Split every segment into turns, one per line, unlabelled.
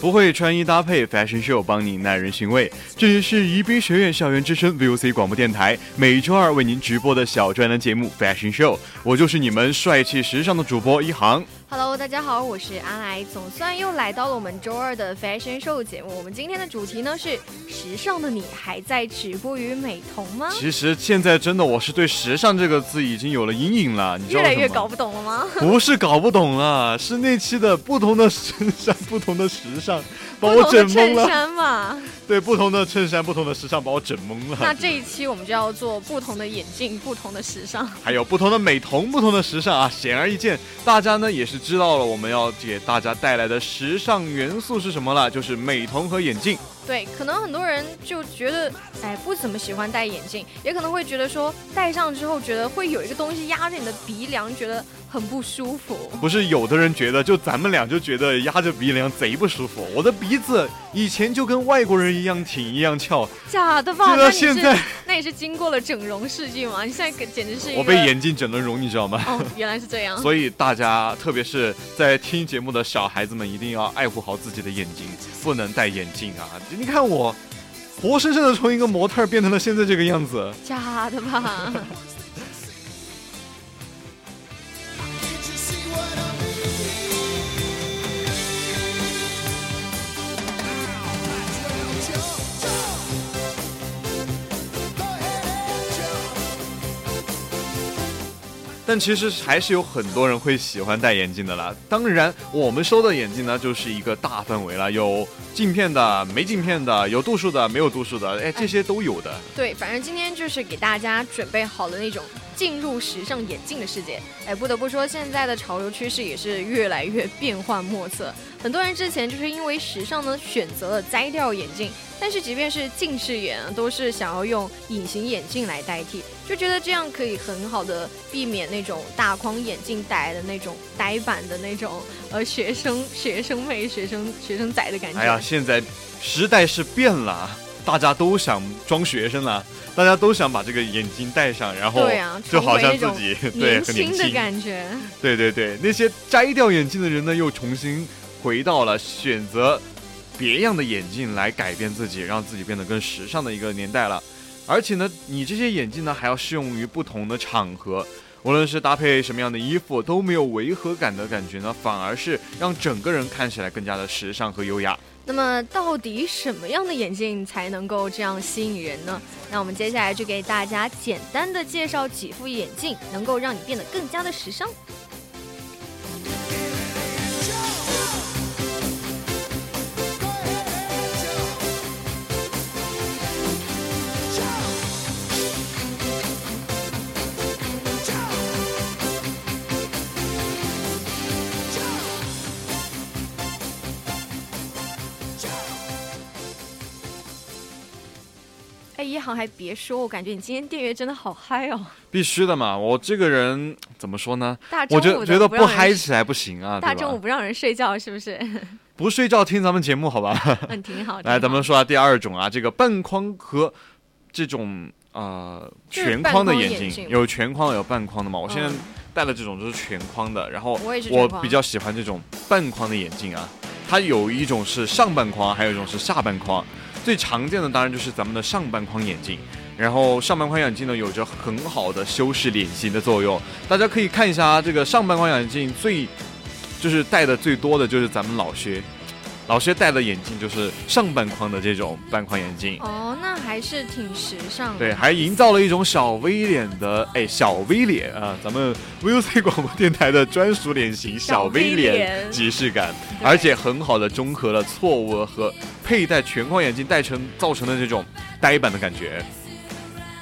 不会穿衣搭配，Fashion Show 帮你耐人寻味。这里是宜宾学院校园之声 VOC 广播电台，每周二为您直播的小专栏节目 Fashion Show，我就是你们帅气时尚的主播一航。
Hello，大家好，我是安来，总算又来到了我们周二的 Fashion Show 节目。我们今天的主题呢是：时尚的你还在止步于美瞳吗？
其实现在真的我是对时尚这个字已经有了阴影了，你知
越
道
来
为什么
越搞不懂了吗？
不是搞不懂了，是那期的不同的时尚，不同的时尚 把我
不同
整
的
懵
衬
了。
衫 嘛。
对，不同的衬衫，不同的时尚把我整懵了。
那这一期我们就要做不同的眼镜，不同的时尚。
还有不同的美瞳，不同的时尚啊，显而易见，大家呢也是知道了我们要给大家带来的时尚元素是什么了，就是美瞳和眼镜。
对，可能很多人就觉得，哎，不怎么喜欢戴眼镜，也可能会觉得说戴上之后觉得会有一个东西压着你的鼻梁，觉得很不舒服。
不是有的人觉得，就咱们俩就觉得压着鼻梁贼不舒服，我的鼻子以前就跟外国人一样挺一样翘，
假的吧？
直
那
到
你
现
是
在
那你是经过了整容世纪吗？你现在可简直是一个
我被眼镜整了容，你知道吗？
哦，原来是这样。
所以大家，特别是在听节目的小孩子们，一定要爱护好自己的眼睛，不能戴眼镜啊！你看我，活生生的从一个模特儿变成了现在这个样子。
假的吧？
但其实还是有很多人会喜欢戴眼镜的啦。当然，我们收的眼镜呢，就是一个大范围了，有镜片的、没镜片的，有度数的、没有度数的，哎，这些都有的。
对，反正今天就是给大家准备好了那种进入时尚眼镜的世界。哎，不得不说，现在的潮流趋势也是越来越变幻莫测。很多人之前就是因为时尚呢，选择了摘掉眼镜，但是即便是近视眼啊，都是想要用隐形眼镜来代替，就觉得这样可以很好的避免那种大框眼镜带来的那种呆板的那种呃学生学生妹、学生学生仔的感觉。
哎呀，现在时代是变了，大家都想装学生了，大家都想把这个眼镜戴上，然后
对啊
就好像
成为
自
那种
己对
年
很
轻
年
的
轻。
感觉。
对对对，那些摘掉眼镜的人呢，又重新回到了选择别样的眼镜来改变自己，让自己变得更时尚的一个年代了。而且呢，你这些眼镜呢，还要适用于不同的场合，无论是搭配什么样的衣服，都没有违和感的感觉呢，反而是让整个人看起来更加的时尚和优雅。
那么，到底什么样的眼镜才能够这样吸引人呢？那我们接下来就给大家简单的介绍几副眼镜，能够让你变得更加的时尚。哎，一航还别说，我感觉你今天电乐真的好嗨 哦！
必须的嘛，我这个人怎么说呢？
大中
我
午
觉
的
得觉得
不
不
让
嗨
人，
起来不行啊，
大
对
中午
吧？
不让人睡觉是不是？
不睡觉听咱们节目好吧？
嗯，挺好。
来，
挺
咱
好
们说下第二种啊，这个半框和这种呃
就是
全框的
半框
眼
眼
镜，
镜
有全框有半框的嘛。我现在
嗯
戴的这种就是全框的，然后
我也是全
我
框
比较喜欢这种半框的眼镜啊。它有一种是上半框，还有一种是下半框。最常见的当然就是咱们的上半框眼镜。然后上半框眼镜呢，有着很好的修饰脸型的作用。大家可以看一下啊这个上半框眼镜最就是戴的最多的就是咱们老薛，老薛戴的眼镜就是上半框的这种半框眼镜，
哦，那还是挺时尚的。
对，还营造了一种小 V 脸的，哎，小 V 脸啊，咱们 VOC 广播电台的专属脸型小
小
V
V
脸
脸
即视感，
对
而且很好的中和了错误和佩戴全框眼镜戴成造成的这种呆板的感觉。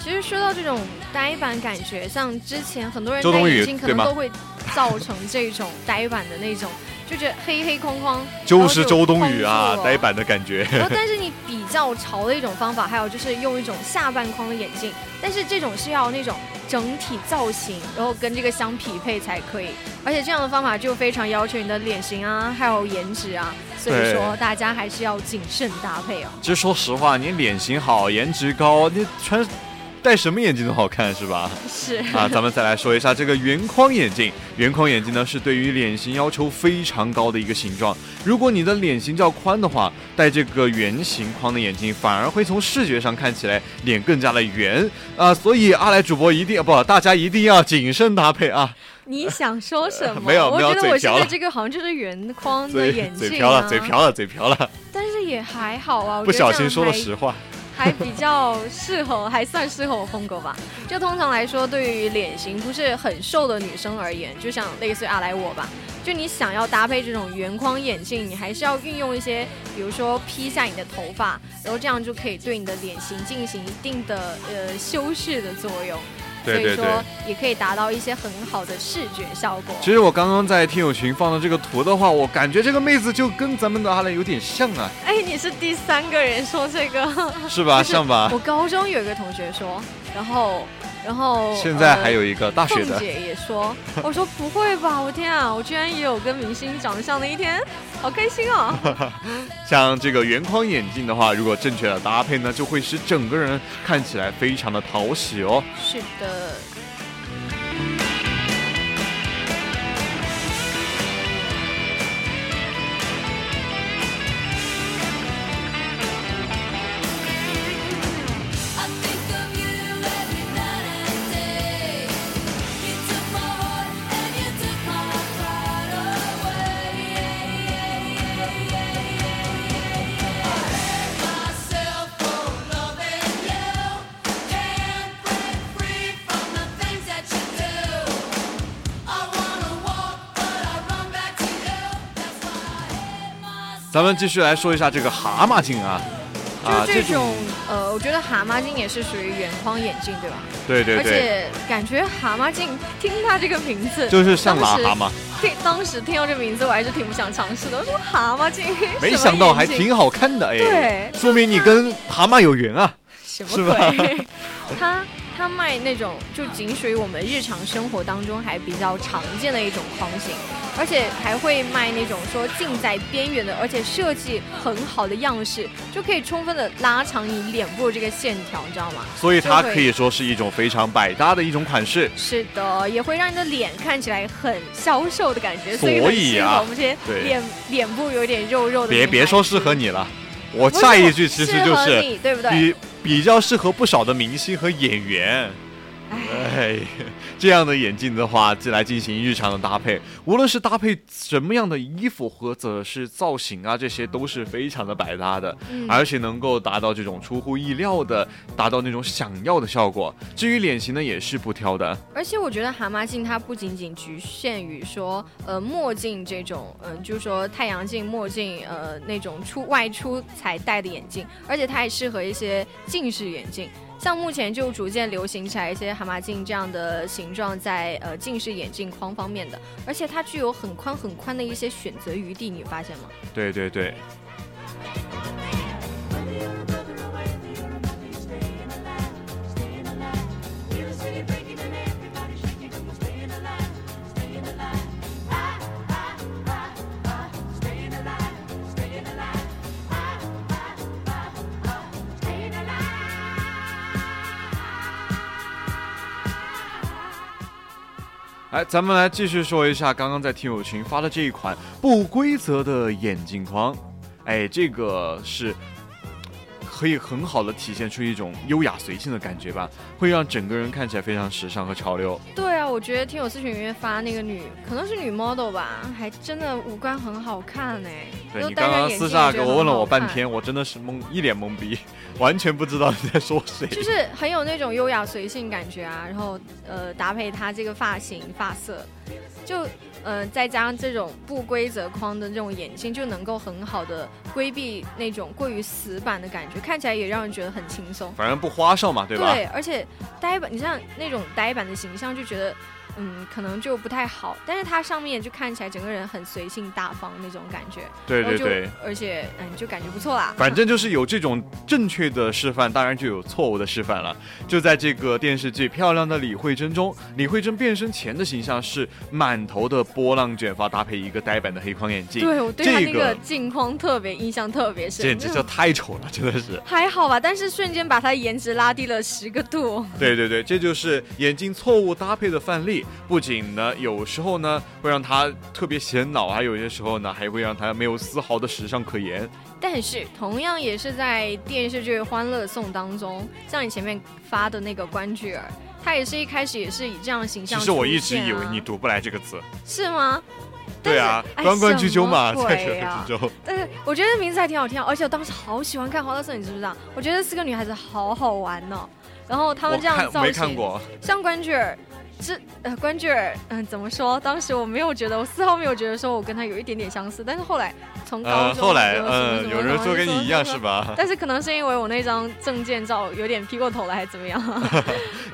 其实说到这种呆板感觉，像之前很多人
周
戴
冬雨
眼镜可
对
能
吗
都会造成这种呆板的那种，就觉得黑黑框框。
就是周冬雨啊
然后，就
呆板的感觉。
然后，但是你比较潮的一种方法，还有就是用一种下半框的眼镜，但是这种是要那种整体造型，然后跟这个相匹配才可以。而且这样的方法就非常要求你的脸型啊，还有颜值啊，所以
对
说大家还是要谨慎搭配哦。
其实说实话，你脸型好，颜值高，你穿戴什么眼镜都好看，是吧？
是。
啊，咱们再来说一下这个圆框眼镜。圆框眼镜呢是对于脸型要求非常高的一个形状。如果你的脸型较宽的话，戴这个圆形框的眼镜反而会从视觉上看起来脸更加的圆啊。所以阿来主播一定啊不，大家一定要谨慎搭配啊。
你想说什么？
没有
我
没有
觉得
嘴瓢
我现在
了
这个好像就是圆框的
嘴
眼镜、啊、
嘴瓢了，嘴瓢了，嘴瓢了，
但是也还好啊，我
不
觉得
小
这
心
样
说了
还
实话。
还比较适合， 还算适合我风格吧。就通常来说，对于脸型不是很瘦的女生而言，就像类似于阿莱我吧，就你想要搭配这种圆框眼镜，你还是要运用一些，比如说披下你的头发，然后这样就可以对你的脸型进行一定的呃修饰的作用。所以说也可以达到一些很好的视觉效果。
其实我刚刚在听友群放的这个图的话，我感觉这个妹子就跟咱们的阿来有点像啊，
哎，你是第三个人说这个。
是吧？
就是
像吧？
我高中有一个同学说，然后，然后
现在
呃
还有一个大学
凤
的，
姐也说，我说不会吧，我天啊，我居然也有跟明星长得像的一天，好开 心哦！
像这个圆框眼镜的话，如果正确的搭配呢，就会使整个人看起来非常的讨喜哦。
是的，
I think of you every night and day. You took my heart and you took my pride away. I hate myself for loving you. Can't break free from the things that you do. I wanna walk, but I run back to you. That's why I hate myself.
咱们继续来说一下这个蛤蟆镜啊，啊，
就是这种呃，我觉得蛤蟆镜也是属于圆框眼镜，对吧？
对对
而
对，
且感觉蛤蟆镜，听它这个名字，
就是像癞蛤蟆，
听当时听到这名字，我还是挺不想尝试的。我说蛤蟆镜，
没想到还
什么眼镜
挺好看的哎，
对
说明你跟蛤蟆有缘啊。
什
是
么
吧
鬼？ 他他卖那种就仅属于我们日常生活当中还比较常见的一种框型，而且还会卖那种说近在边缘的，而且设计很好的样式，就可以充分的拉长你脸部这个线条，你知道吗？
所以它
就会
可以说是一种非常百搭的一种款式。
是的，也会让你的脸看起来很消瘦的感觉，所以
所
很
以
适合
啊
我们这些
对
脸脸部有点肉肉的
别
女孩子。
别说适合你了，我
不是，
下一句其实就
适合
是
你，对不对？
比比较适合不少的明星和演员。哎， 这样的眼镜的话，就来进行日常的搭配，无论是搭配什么样的衣服，或者是造型啊，这些都是非常的百搭的，
嗯
而且能够达到这种出乎意料的，达到那种想要的效果。至于脸型呢，也是不挑的，
而且我觉得蛤蟆镜它不仅仅局限于说呃墨镜这种，嗯、就是说太阳镜、墨镜，呃那种出外出才戴的眼镜，而且它还适合一些近视眼镜。像目前就逐渐流行起来一些蛤蟆镜这样的形状在呃近视眼镜框方面的，而且它具有很宽很宽的一些选择余地，你有发现吗？
对对对。来，哎咱们来继续说一下刚刚在听友群发的这一款不规则的眼镜框。哎，这个是可以很好的体现出一种优雅随性的感觉吧，会让整个人看起来非常时尚和潮流。
对啊，我觉得听有咨询员发那个女，可能是女 model 吧，还真的五官很好看呢、
对
都
你
戴
刚
上
刚
眼
私
镜也
下
觉
给
得
我问了
很好
我半
看
天，我真的是懵，一脸懵逼，完全不知道你在说 谁。
就是很有那种优雅随性感觉啊，然后呃搭配她这个发型发色，就呃再加上这种不规则框的这种眼镜，就能够很好的规避那种过于死板的感觉，看起来也让人觉得很轻松。
反正不花哨嘛，对吧？
而且呆板，你像那种呆板的形象，就觉得嗯可能就不太好，但是它上面就看起来整个人很随性大方那种感觉，
对对
然后就
对，
而且嗯就感觉不错啦。
反正就是有这种正确的示范，当然就有错误的示范了。就在这个电视剧《漂亮的李慧珍》中，李慧珍变身前的形象是满头的波浪卷发，搭配一个呆板的黑框眼镜，
对我对他
这
那
个
个镜框特别印象特别深，
简直
那
就
种
太丑了，真的是。
还好吧，但是瞬间把他颜值拉低了十个度。
对对对，这就是眼镜错误搭配的范例。不仅呢，有时候呢会让他特别显脑，还有些时候呢还会让他没有丝毫的时尚可言。
但是同样也是在电视剧《欢乐颂》当中，像你前面发的那个关雎尔，他也是一开始也是以这样的形
其
象、出
实我一直
现啊哎
以为你读不来这个字，
是吗？
对啊，关关雎鸠嘛，在水
啊
之、洲。
但是我觉得名字还挺好听啊，而且我当时好喜欢看《欢乐颂》，你知不知道？我觉得四个女孩子好好玩哦。然后她
我
们这样
看
造型，
没看过，
像关雎尔，这呃关雎尔，嗯、怎么说？当时我没有觉得，我丝毫没有觉得说我跟他有一点点相似，但是后来从高
呃，
中、
后来
什么
呃，
什么
有人说跟你一样是？
什么什么
吧？
但是可能是因为我那张证件照有点劈过头了，还是怎么样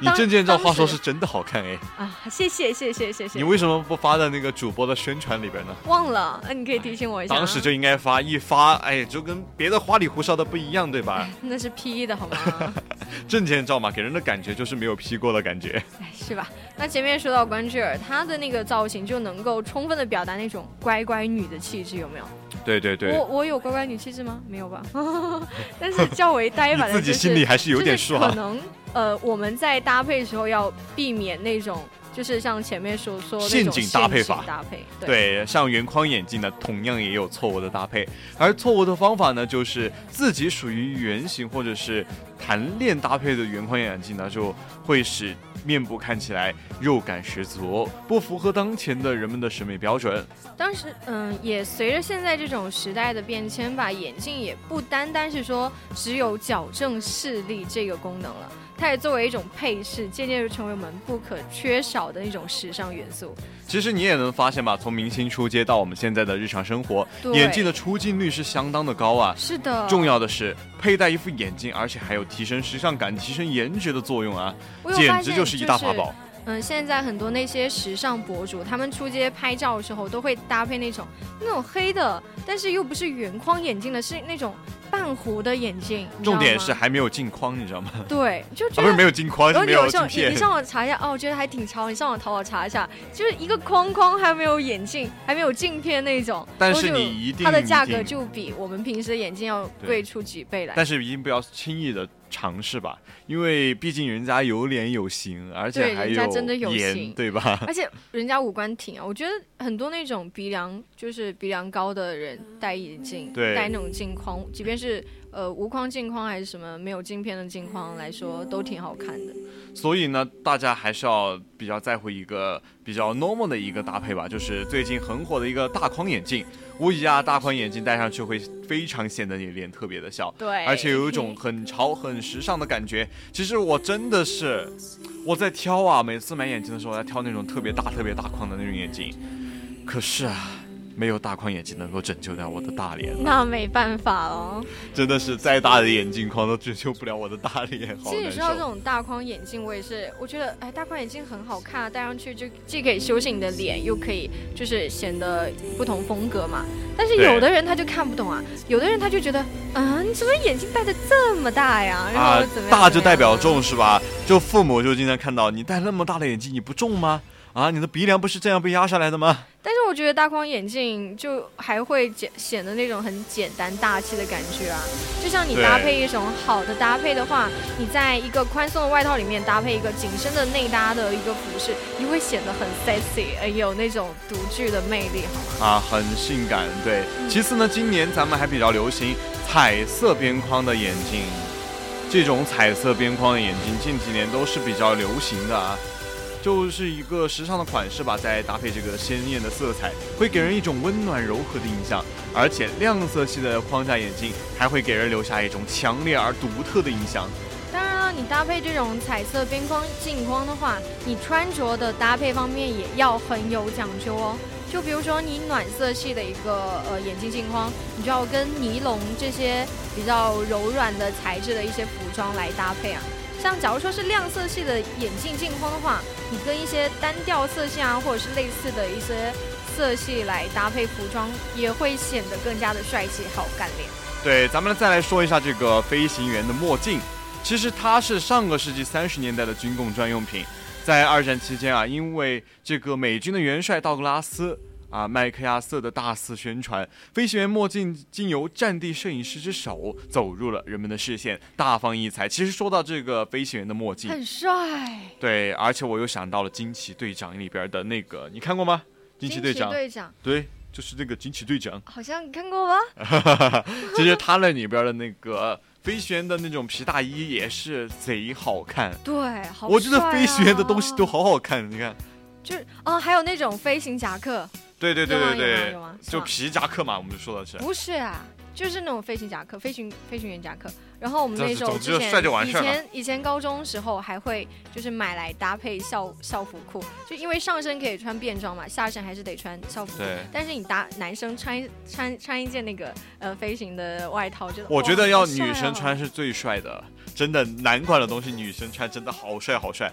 你证件照
当
话说
时
是真的好看哎，
啊？ 谢谢谢谢谢谢
你，为什么不发到那个主播的宣传里边呢？
忘了，那、你可以提醒我一下啊。
当时就应该发，一发哎，就跟别的花里胡哨的不一样，对吧？
那是 P 的好吗？
证件照嘛，给人的感觉就是没有 P 过的感觉。
哎，是吧？那前面说到关雎尔，她的那个造型就能够充分的表达那种乖乖女的气质，有没有？
对对对
我，我有乖乖女气质吗？没有吧。 但是较为呆
你
板的、就
自
是，
己心里还是 有点数
就是可
啊。
能呃，我们在搭配的时候要避免那种，就是像前面所说的那
陷
种
阱搭配法
陷阱搭配对。
对，像圆框眼镜呢，同样也有错误的搭配，而错误的方法呢，就是自己属于圆形或者是弹链搭配的圆框眼镜呢，就会使面部看起来肉感十足，不符合当前的人们的审美标准。
当时嗯、也随着现在这种时代的变迁吧，眼镜也不单单是说只有矫正视力这个功能了。它也作为一种配饰，渐渐就成为我们不可缺少的一种时尚元素。
其实你也能发现吧，从明星出街到我们现在的日常生活，
对
眼镜的出镜率是相当的高啊。
是的，
重要的是，佩戴一副眼镜，而且还有提升时尚感、提升颜值的作用啊，
我有
简
发
直
现
就是一大法宝。
嗯，现在很多那些时尚博主，他们出街拍照的时候都会搭配那种那种黑的，但是又不是圆框眼镜的，是那种半弧的眼镜。你知道
重点是
吗
还没有镜框，你知道吗？
对，就觉
啊，
得、
不是没有镜框，是
然后
没
你有
有
时
镜
候你
片
你。上网查一下，哦，我觉得还挺潮。你上网淘宝查一下，就是一个框框，还没有眼镜，还没有镜片那种。
但
然后
是
就
你一定
它的价格
一定
就比我们平时的眼镜要
对
贵出几倍来。
但是一定不要轻易的尝试吧，因为毕竟人家有脸有型，而且
对
还
人家真的有
颜，
型
对吧？
而且人家五官挺啊，我觉得很多那种鼻梁就是鼻梁高的人戴眼镜，
对
戴那种镜框，即便是呃无框镜框还是什么没有镜片的镜框来说，都挺好看的。
所以呢，大家还是要比较在乎一个比较 normal 的一个搭配吧，就是最近很火的一个大框眼镜。无疑啊，大框眼镜戴上去会非常显得你脸特别的小，
对
而且有一种很潮、很时尚的感觉。其实我真的是我在挑啊，每次买眼镜的时候，我在挑那种特别大、特别大框的那种眼镜。可是啊，没有大框眼镜能够拯救掉我的大脸，
那没办法哦了。
真的是再大的眼镜框都拯救不了我的大脸，好
其实你
难
说到这
受。
种大框眼镜，我也是，我觉得哎，大框眼镜很好看啊，戴上去就既可以修饰你的脸，又可以就是显得不同风格嘛。但是
对
有的人他就看不懂啊，有的人他就觉得，嗯，你怎么眼镜戴的这么大呀？然后
啊
怎么样、怎么，
大就代表
样啊
重是吧？就父母就经常看到你戴那么大的眼镜，你不重吗？啊，你的鼻梁不是这样被压下来的吗？
但是我觉得大框眼镜就还会简显得那种很简单大气的感觉啊，就像你
对
搭配一种好的搭配的话，你在一个宽松的外套里面搭配一个紧身的内搭的一个服饰，你会显得很 sexy，哎，有那种独具的魅力，好吗？
啊，很性感。对，其次呢，今年咱们还比较流行彩色边框的眼镜。这种彩色边框的眼镜近几年都是比较流行的啊，就是一个时尚的款式吧，再搭配这个鲜艳的色彩，会给人一种温暖柔和的印象。而且亮色系的框架眼镜还会给人留下一种强烈而独特的印象。
当然了，你搭配这种彩色边框镜框的话，你穿着的搭配方面也要很有讲究哦。就比如说你暖色系的一个呃眼镜镜框，你就要跟尼龙这些比较柔软的材质的一些服装来搭配啊。像假如说是亮色系的眼镜镜框的话，你跟一些单调色系啊，或者是类似的一些色系来搭配服装，也会显得更加的帅气好干练。
对，咱们再来说一下这个飞行员的墨镜。其实它是上个世纪三十年代的军供专用品，在二战期间啊，因为这个美军的元帅道格拉斯啊麦克亚瑟的大肆宣传，飞行员墨镜经由战地摄影师之手走入了人们的视线，大放异彩。其实说到这个飞行员的墨镜，
很帅，
对，而且我又想到了《惊奇队长》里边的那个，你看过吗？《惊奇队长》
队长
对，就是那个惊奇队长。
好像看过吧？
其实他那里边的那个飞行员的那种皮大衣也是贼好看。
对，好、
我觉得飞行员的东西都，好好看，你看，
就是哦，还有那种飞行夹克，
对对对
有吗
对
啊有吗有
对
吗，是
就
吗
皮夹克嘛，我们就说到这。
不是啊，就是那种飞行夹克，飞行飞行员夹克。然后我们
这
那时候
总之
之前
帅就完
以
事儿了
前以前高中时候还会就是买来搭配校校服裤，就因为上身可以穿便装嘛，下身还是得穿校服裤
对。
但是你搭男生穿一穿穿一件那个呃飞行的外套，觉得
我觉得
哇
要
好帅
女生
哦
穿是最帅的，
啊
真的男款的东西女生穿真的好帅好帅。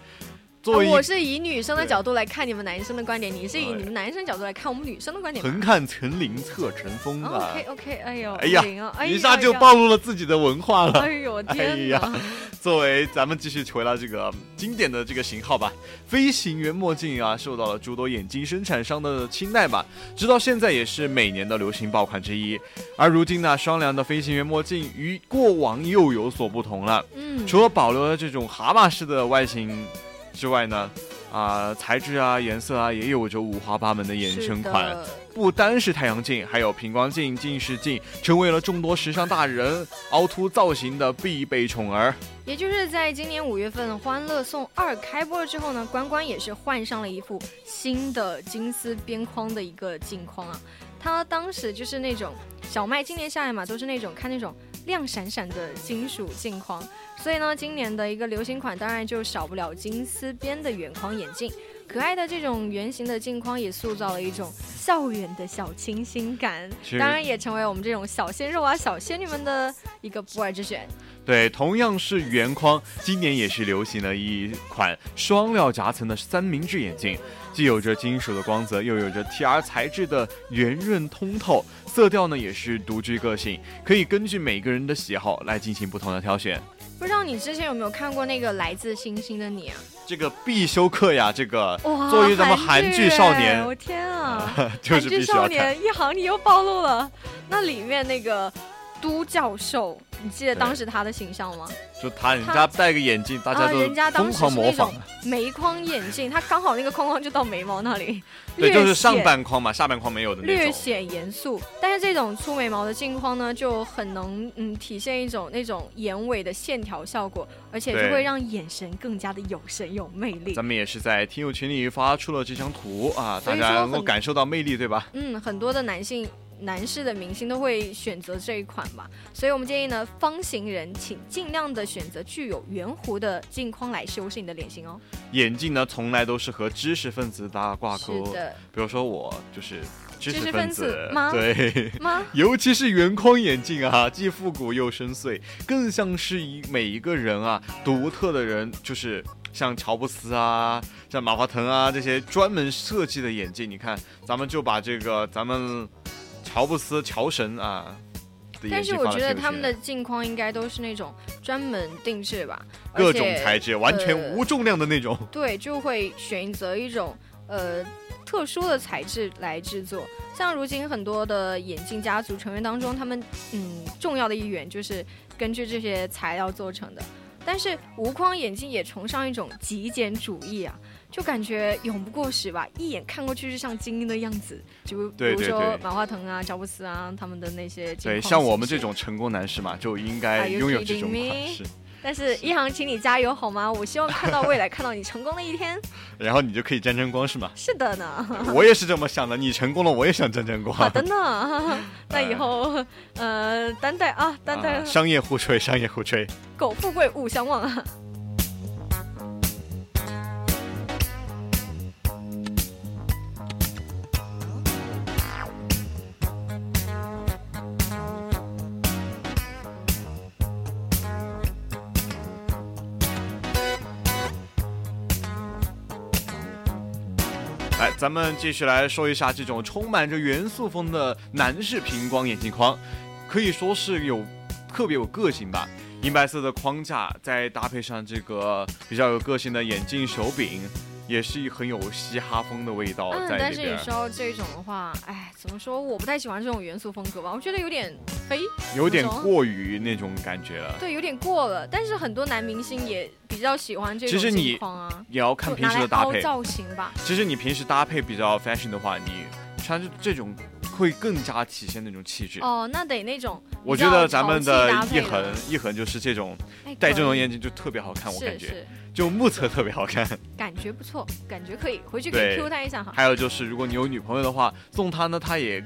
作为
哦我
一
是以女生的角度来看你们男生的观点，你是以
对
你们男生角度来看我们女生的观点吧。
横看成岭侧成峰啊，
OK OK，哎呦，
哎呀
不行啊，哎呀
一下就暴露了自己的文化了。
哎呦，
哎
天
呀
哪！，
作为咱们继续回到这个经典的这个型号吧，飞行员墨镜啊，受到了诸多眼啊镜生产商的青睐吧，直到现在也是每年的流行爆款之一。而如今呢，双梁的飞行员墨镜与过往又有所不同了，
嗯，
除了保留了这种蛤蟆式的外形之外呢，啊、材质啊、颜色啊，也有着五花八门的衍生款。
是的。
不单是太阳镜，还有平光镜、近视镜，成为了众多时尚大人凹凸造型的必备宠儿。
也就是在今年五月份《欢乐颂二》开播了之后呢，关关也是换上了一副新的金丝边框的一个镜框啊。他当时就是那种小麦，今年下来嘛，都是那种看那种亮闪闪的金属镜框，所以呢，今年的一个流行款当然就少不了金丝边的圆框眼镜。可爱的这种圆形的镜框也塑造了一种校园的小清新感，
是
当然也成为我们这种小鲜肉啊、小仙女们的一个不二之选。
对，同样是圆框，今年也是流行了一款双料夹层的三明治眼镜，既有着金属的光泽，又有着 TR 材质的圆润通透，色调呢也是独具个性，可以根据每个人的喜好来进行不同的挑选。
不知道你之前有没有看过那个《来自星星的你》啊？
这个必修课呀，这个
哇
作为咱们韩剧少年
哎我天啊！
就
韩
是
剧
必须要
少
看。
年一行，你又暴露了。那里面那个都教授，你记得当时他的形象吗？
就他，人家戴个眼镜，大
啊，
家都
人家当
疯
时
狂
是
模
那
仿
种。眉框眼镜，他刚好那个框框就到眉毛那里，
对，
略
就是上
显
半框嘛，下半框没有的那
略
种。
显严肃，但是这种粗眉毛的镜框呢，就很能嗯体现一种那种眼尾的线条效果，而且
对
就会让眼神更加的有神有魅力。
咱们也是在听友群里发出了这张图啊，
所
大
以
家
说
能够
很
感受到魅力，对吧？
嗯，很多的男性、男士的明星都会选择这一款嘛，所以我们建议呢，方形人请尽量的选择具有圆弧的镜框来修饰你的脸型哦。
眼镜呢，从来都是和知识分子搭挂
是
钩。
的，
比如说我就是知
知识分
分
子吗
对，
吗？
尤其是圆框眼镜啊，既复古又深邃，更像是一每一个人啊独特的人，就是像乔布斯啊，像马化腾啊这些专门设计的眼镜。你看，咱们就把这个咱们乔布斯、乔神啊。的眼
但是
镜
我
放
觉
在
得
这个
他们
群
的镜框应该都是那种专门定制吧，
各
而
种
且
材质，完全
呃
无重量的那种。
对，就会选择一种呃特殊的材质来制作。像如今很多的眼镜家族成员当中，他们嗯重要的一员就是根据这些材料做成的。但是无框眼镜也崇尚一种极简主义啊，就感觉永不过时吧，一眼看过去是像精英的样子，就比
对
如
对
说
对
马化腾啊、乔布斯啊他们的那些
对，
镜框
像
形
我们
式
这，种成功男士嘛，就应该
Are you
拥有这种
kidding me？
款式，
但是一航，请你加油好吗？我希望看到未来，看到你成功的一天。？
然后你就可以沾沾光是吗
是的呢，
我也是这么想的，你成功了，我也想沾沾光。
好的 呢，那以后呃，担待啊，担待
啊，商业互吹，商业互吹。
苟富贵，勿相忘啊！
来，咱们继续来说一下这种充满着元素风的男士平光眼镜框，可以说是有特别有个性吧。银白色的框架，再搭配上这个比较有个性的眼镜手柄，也是很有嘻哈风的味道
嗯，
在
但
里
是你
边，
说这种的话，哎，怎么说？我不太喜欢这种元素风格吧，我觉得有点肥，
有点
怎么说
过于那种感觉了。
对，有点过了。但是很多男明星也比较喜欢这
其实
种
你
镜框啊，
也要看
就
平
拿
时
来
的搭
凹
配。
造型吧。
其实你平时搭配比较 fashion 的话，你穿着这种会更加体现那种气质。
哦，那得那种比较
我觉得咱们的
潮气
一
搭配
恒
的，
一恒就是这种
哎
戴
可
这种
以
眼镜就特别好看，我感
是
觉
是，
就目测特别好看。
感觉不错，感觉可以，回去可以
对
Q 他一下哈。
还有就是，如果你有女朋友的话，送她呢，她也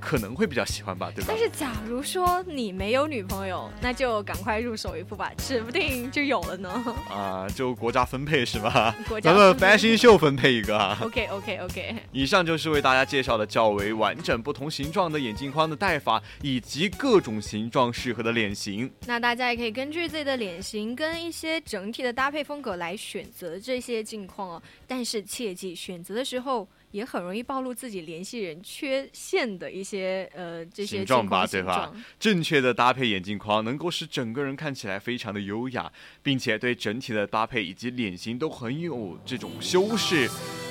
可能会比较喜欢吧，对吧
但？是假如说你没有女朋友，那就赶快入手一副吧，指不定就有 了呢。
啊，就国家分配是吧？
国家
咱们
分配
fashion show 分配一个啊。
OK OK OK，
以上就是为大家介绍的较为完整、不同形状的眼镜框的戴法，以及各种形状适合的脸型。
那大家也可以根据自己的脸型跟一些整体的搭配风格来选择这些镜框哦。但是切记选择的时候也很容易暴露自己联系人缺陷的一些呃这些
形状
镜框
吧
形
对吧
状
正确的搭配眼镜框，能够使整个人看起来非常的优雅，并且对整体的搭配以及脸型都很有这种修饰，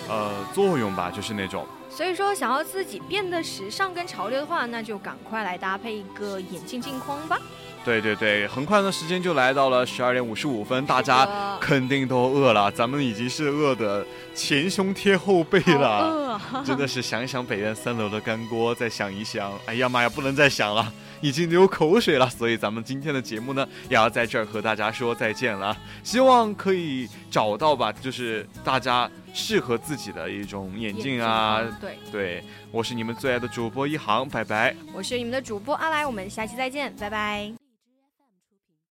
呃，作用吧，就是那种。
所以说，想要自己变得时尚跟潮流的话，那就赶快来搭配一个眼镜镜框吧。
对对对，很快呢，时间就来到了十二点五十五分，大
好
家
的
肯定都饿了，咱们已经是饿的前胸贴后背
好
了，
饿啊
真的是想一想北苑三楼的干锅，再想一想，哎呀妈呀，不能再想了，已经流口水了，所以咱们今天的节目呢，也要在这儿和大家说再见了，希望可以找到吧，就是大家适合自己的一种眼镜啊，
眼镜对，
对我是你们最爱的主播一航，拜拜。
我是你们的主播阿来，我们下期再见，拜拜。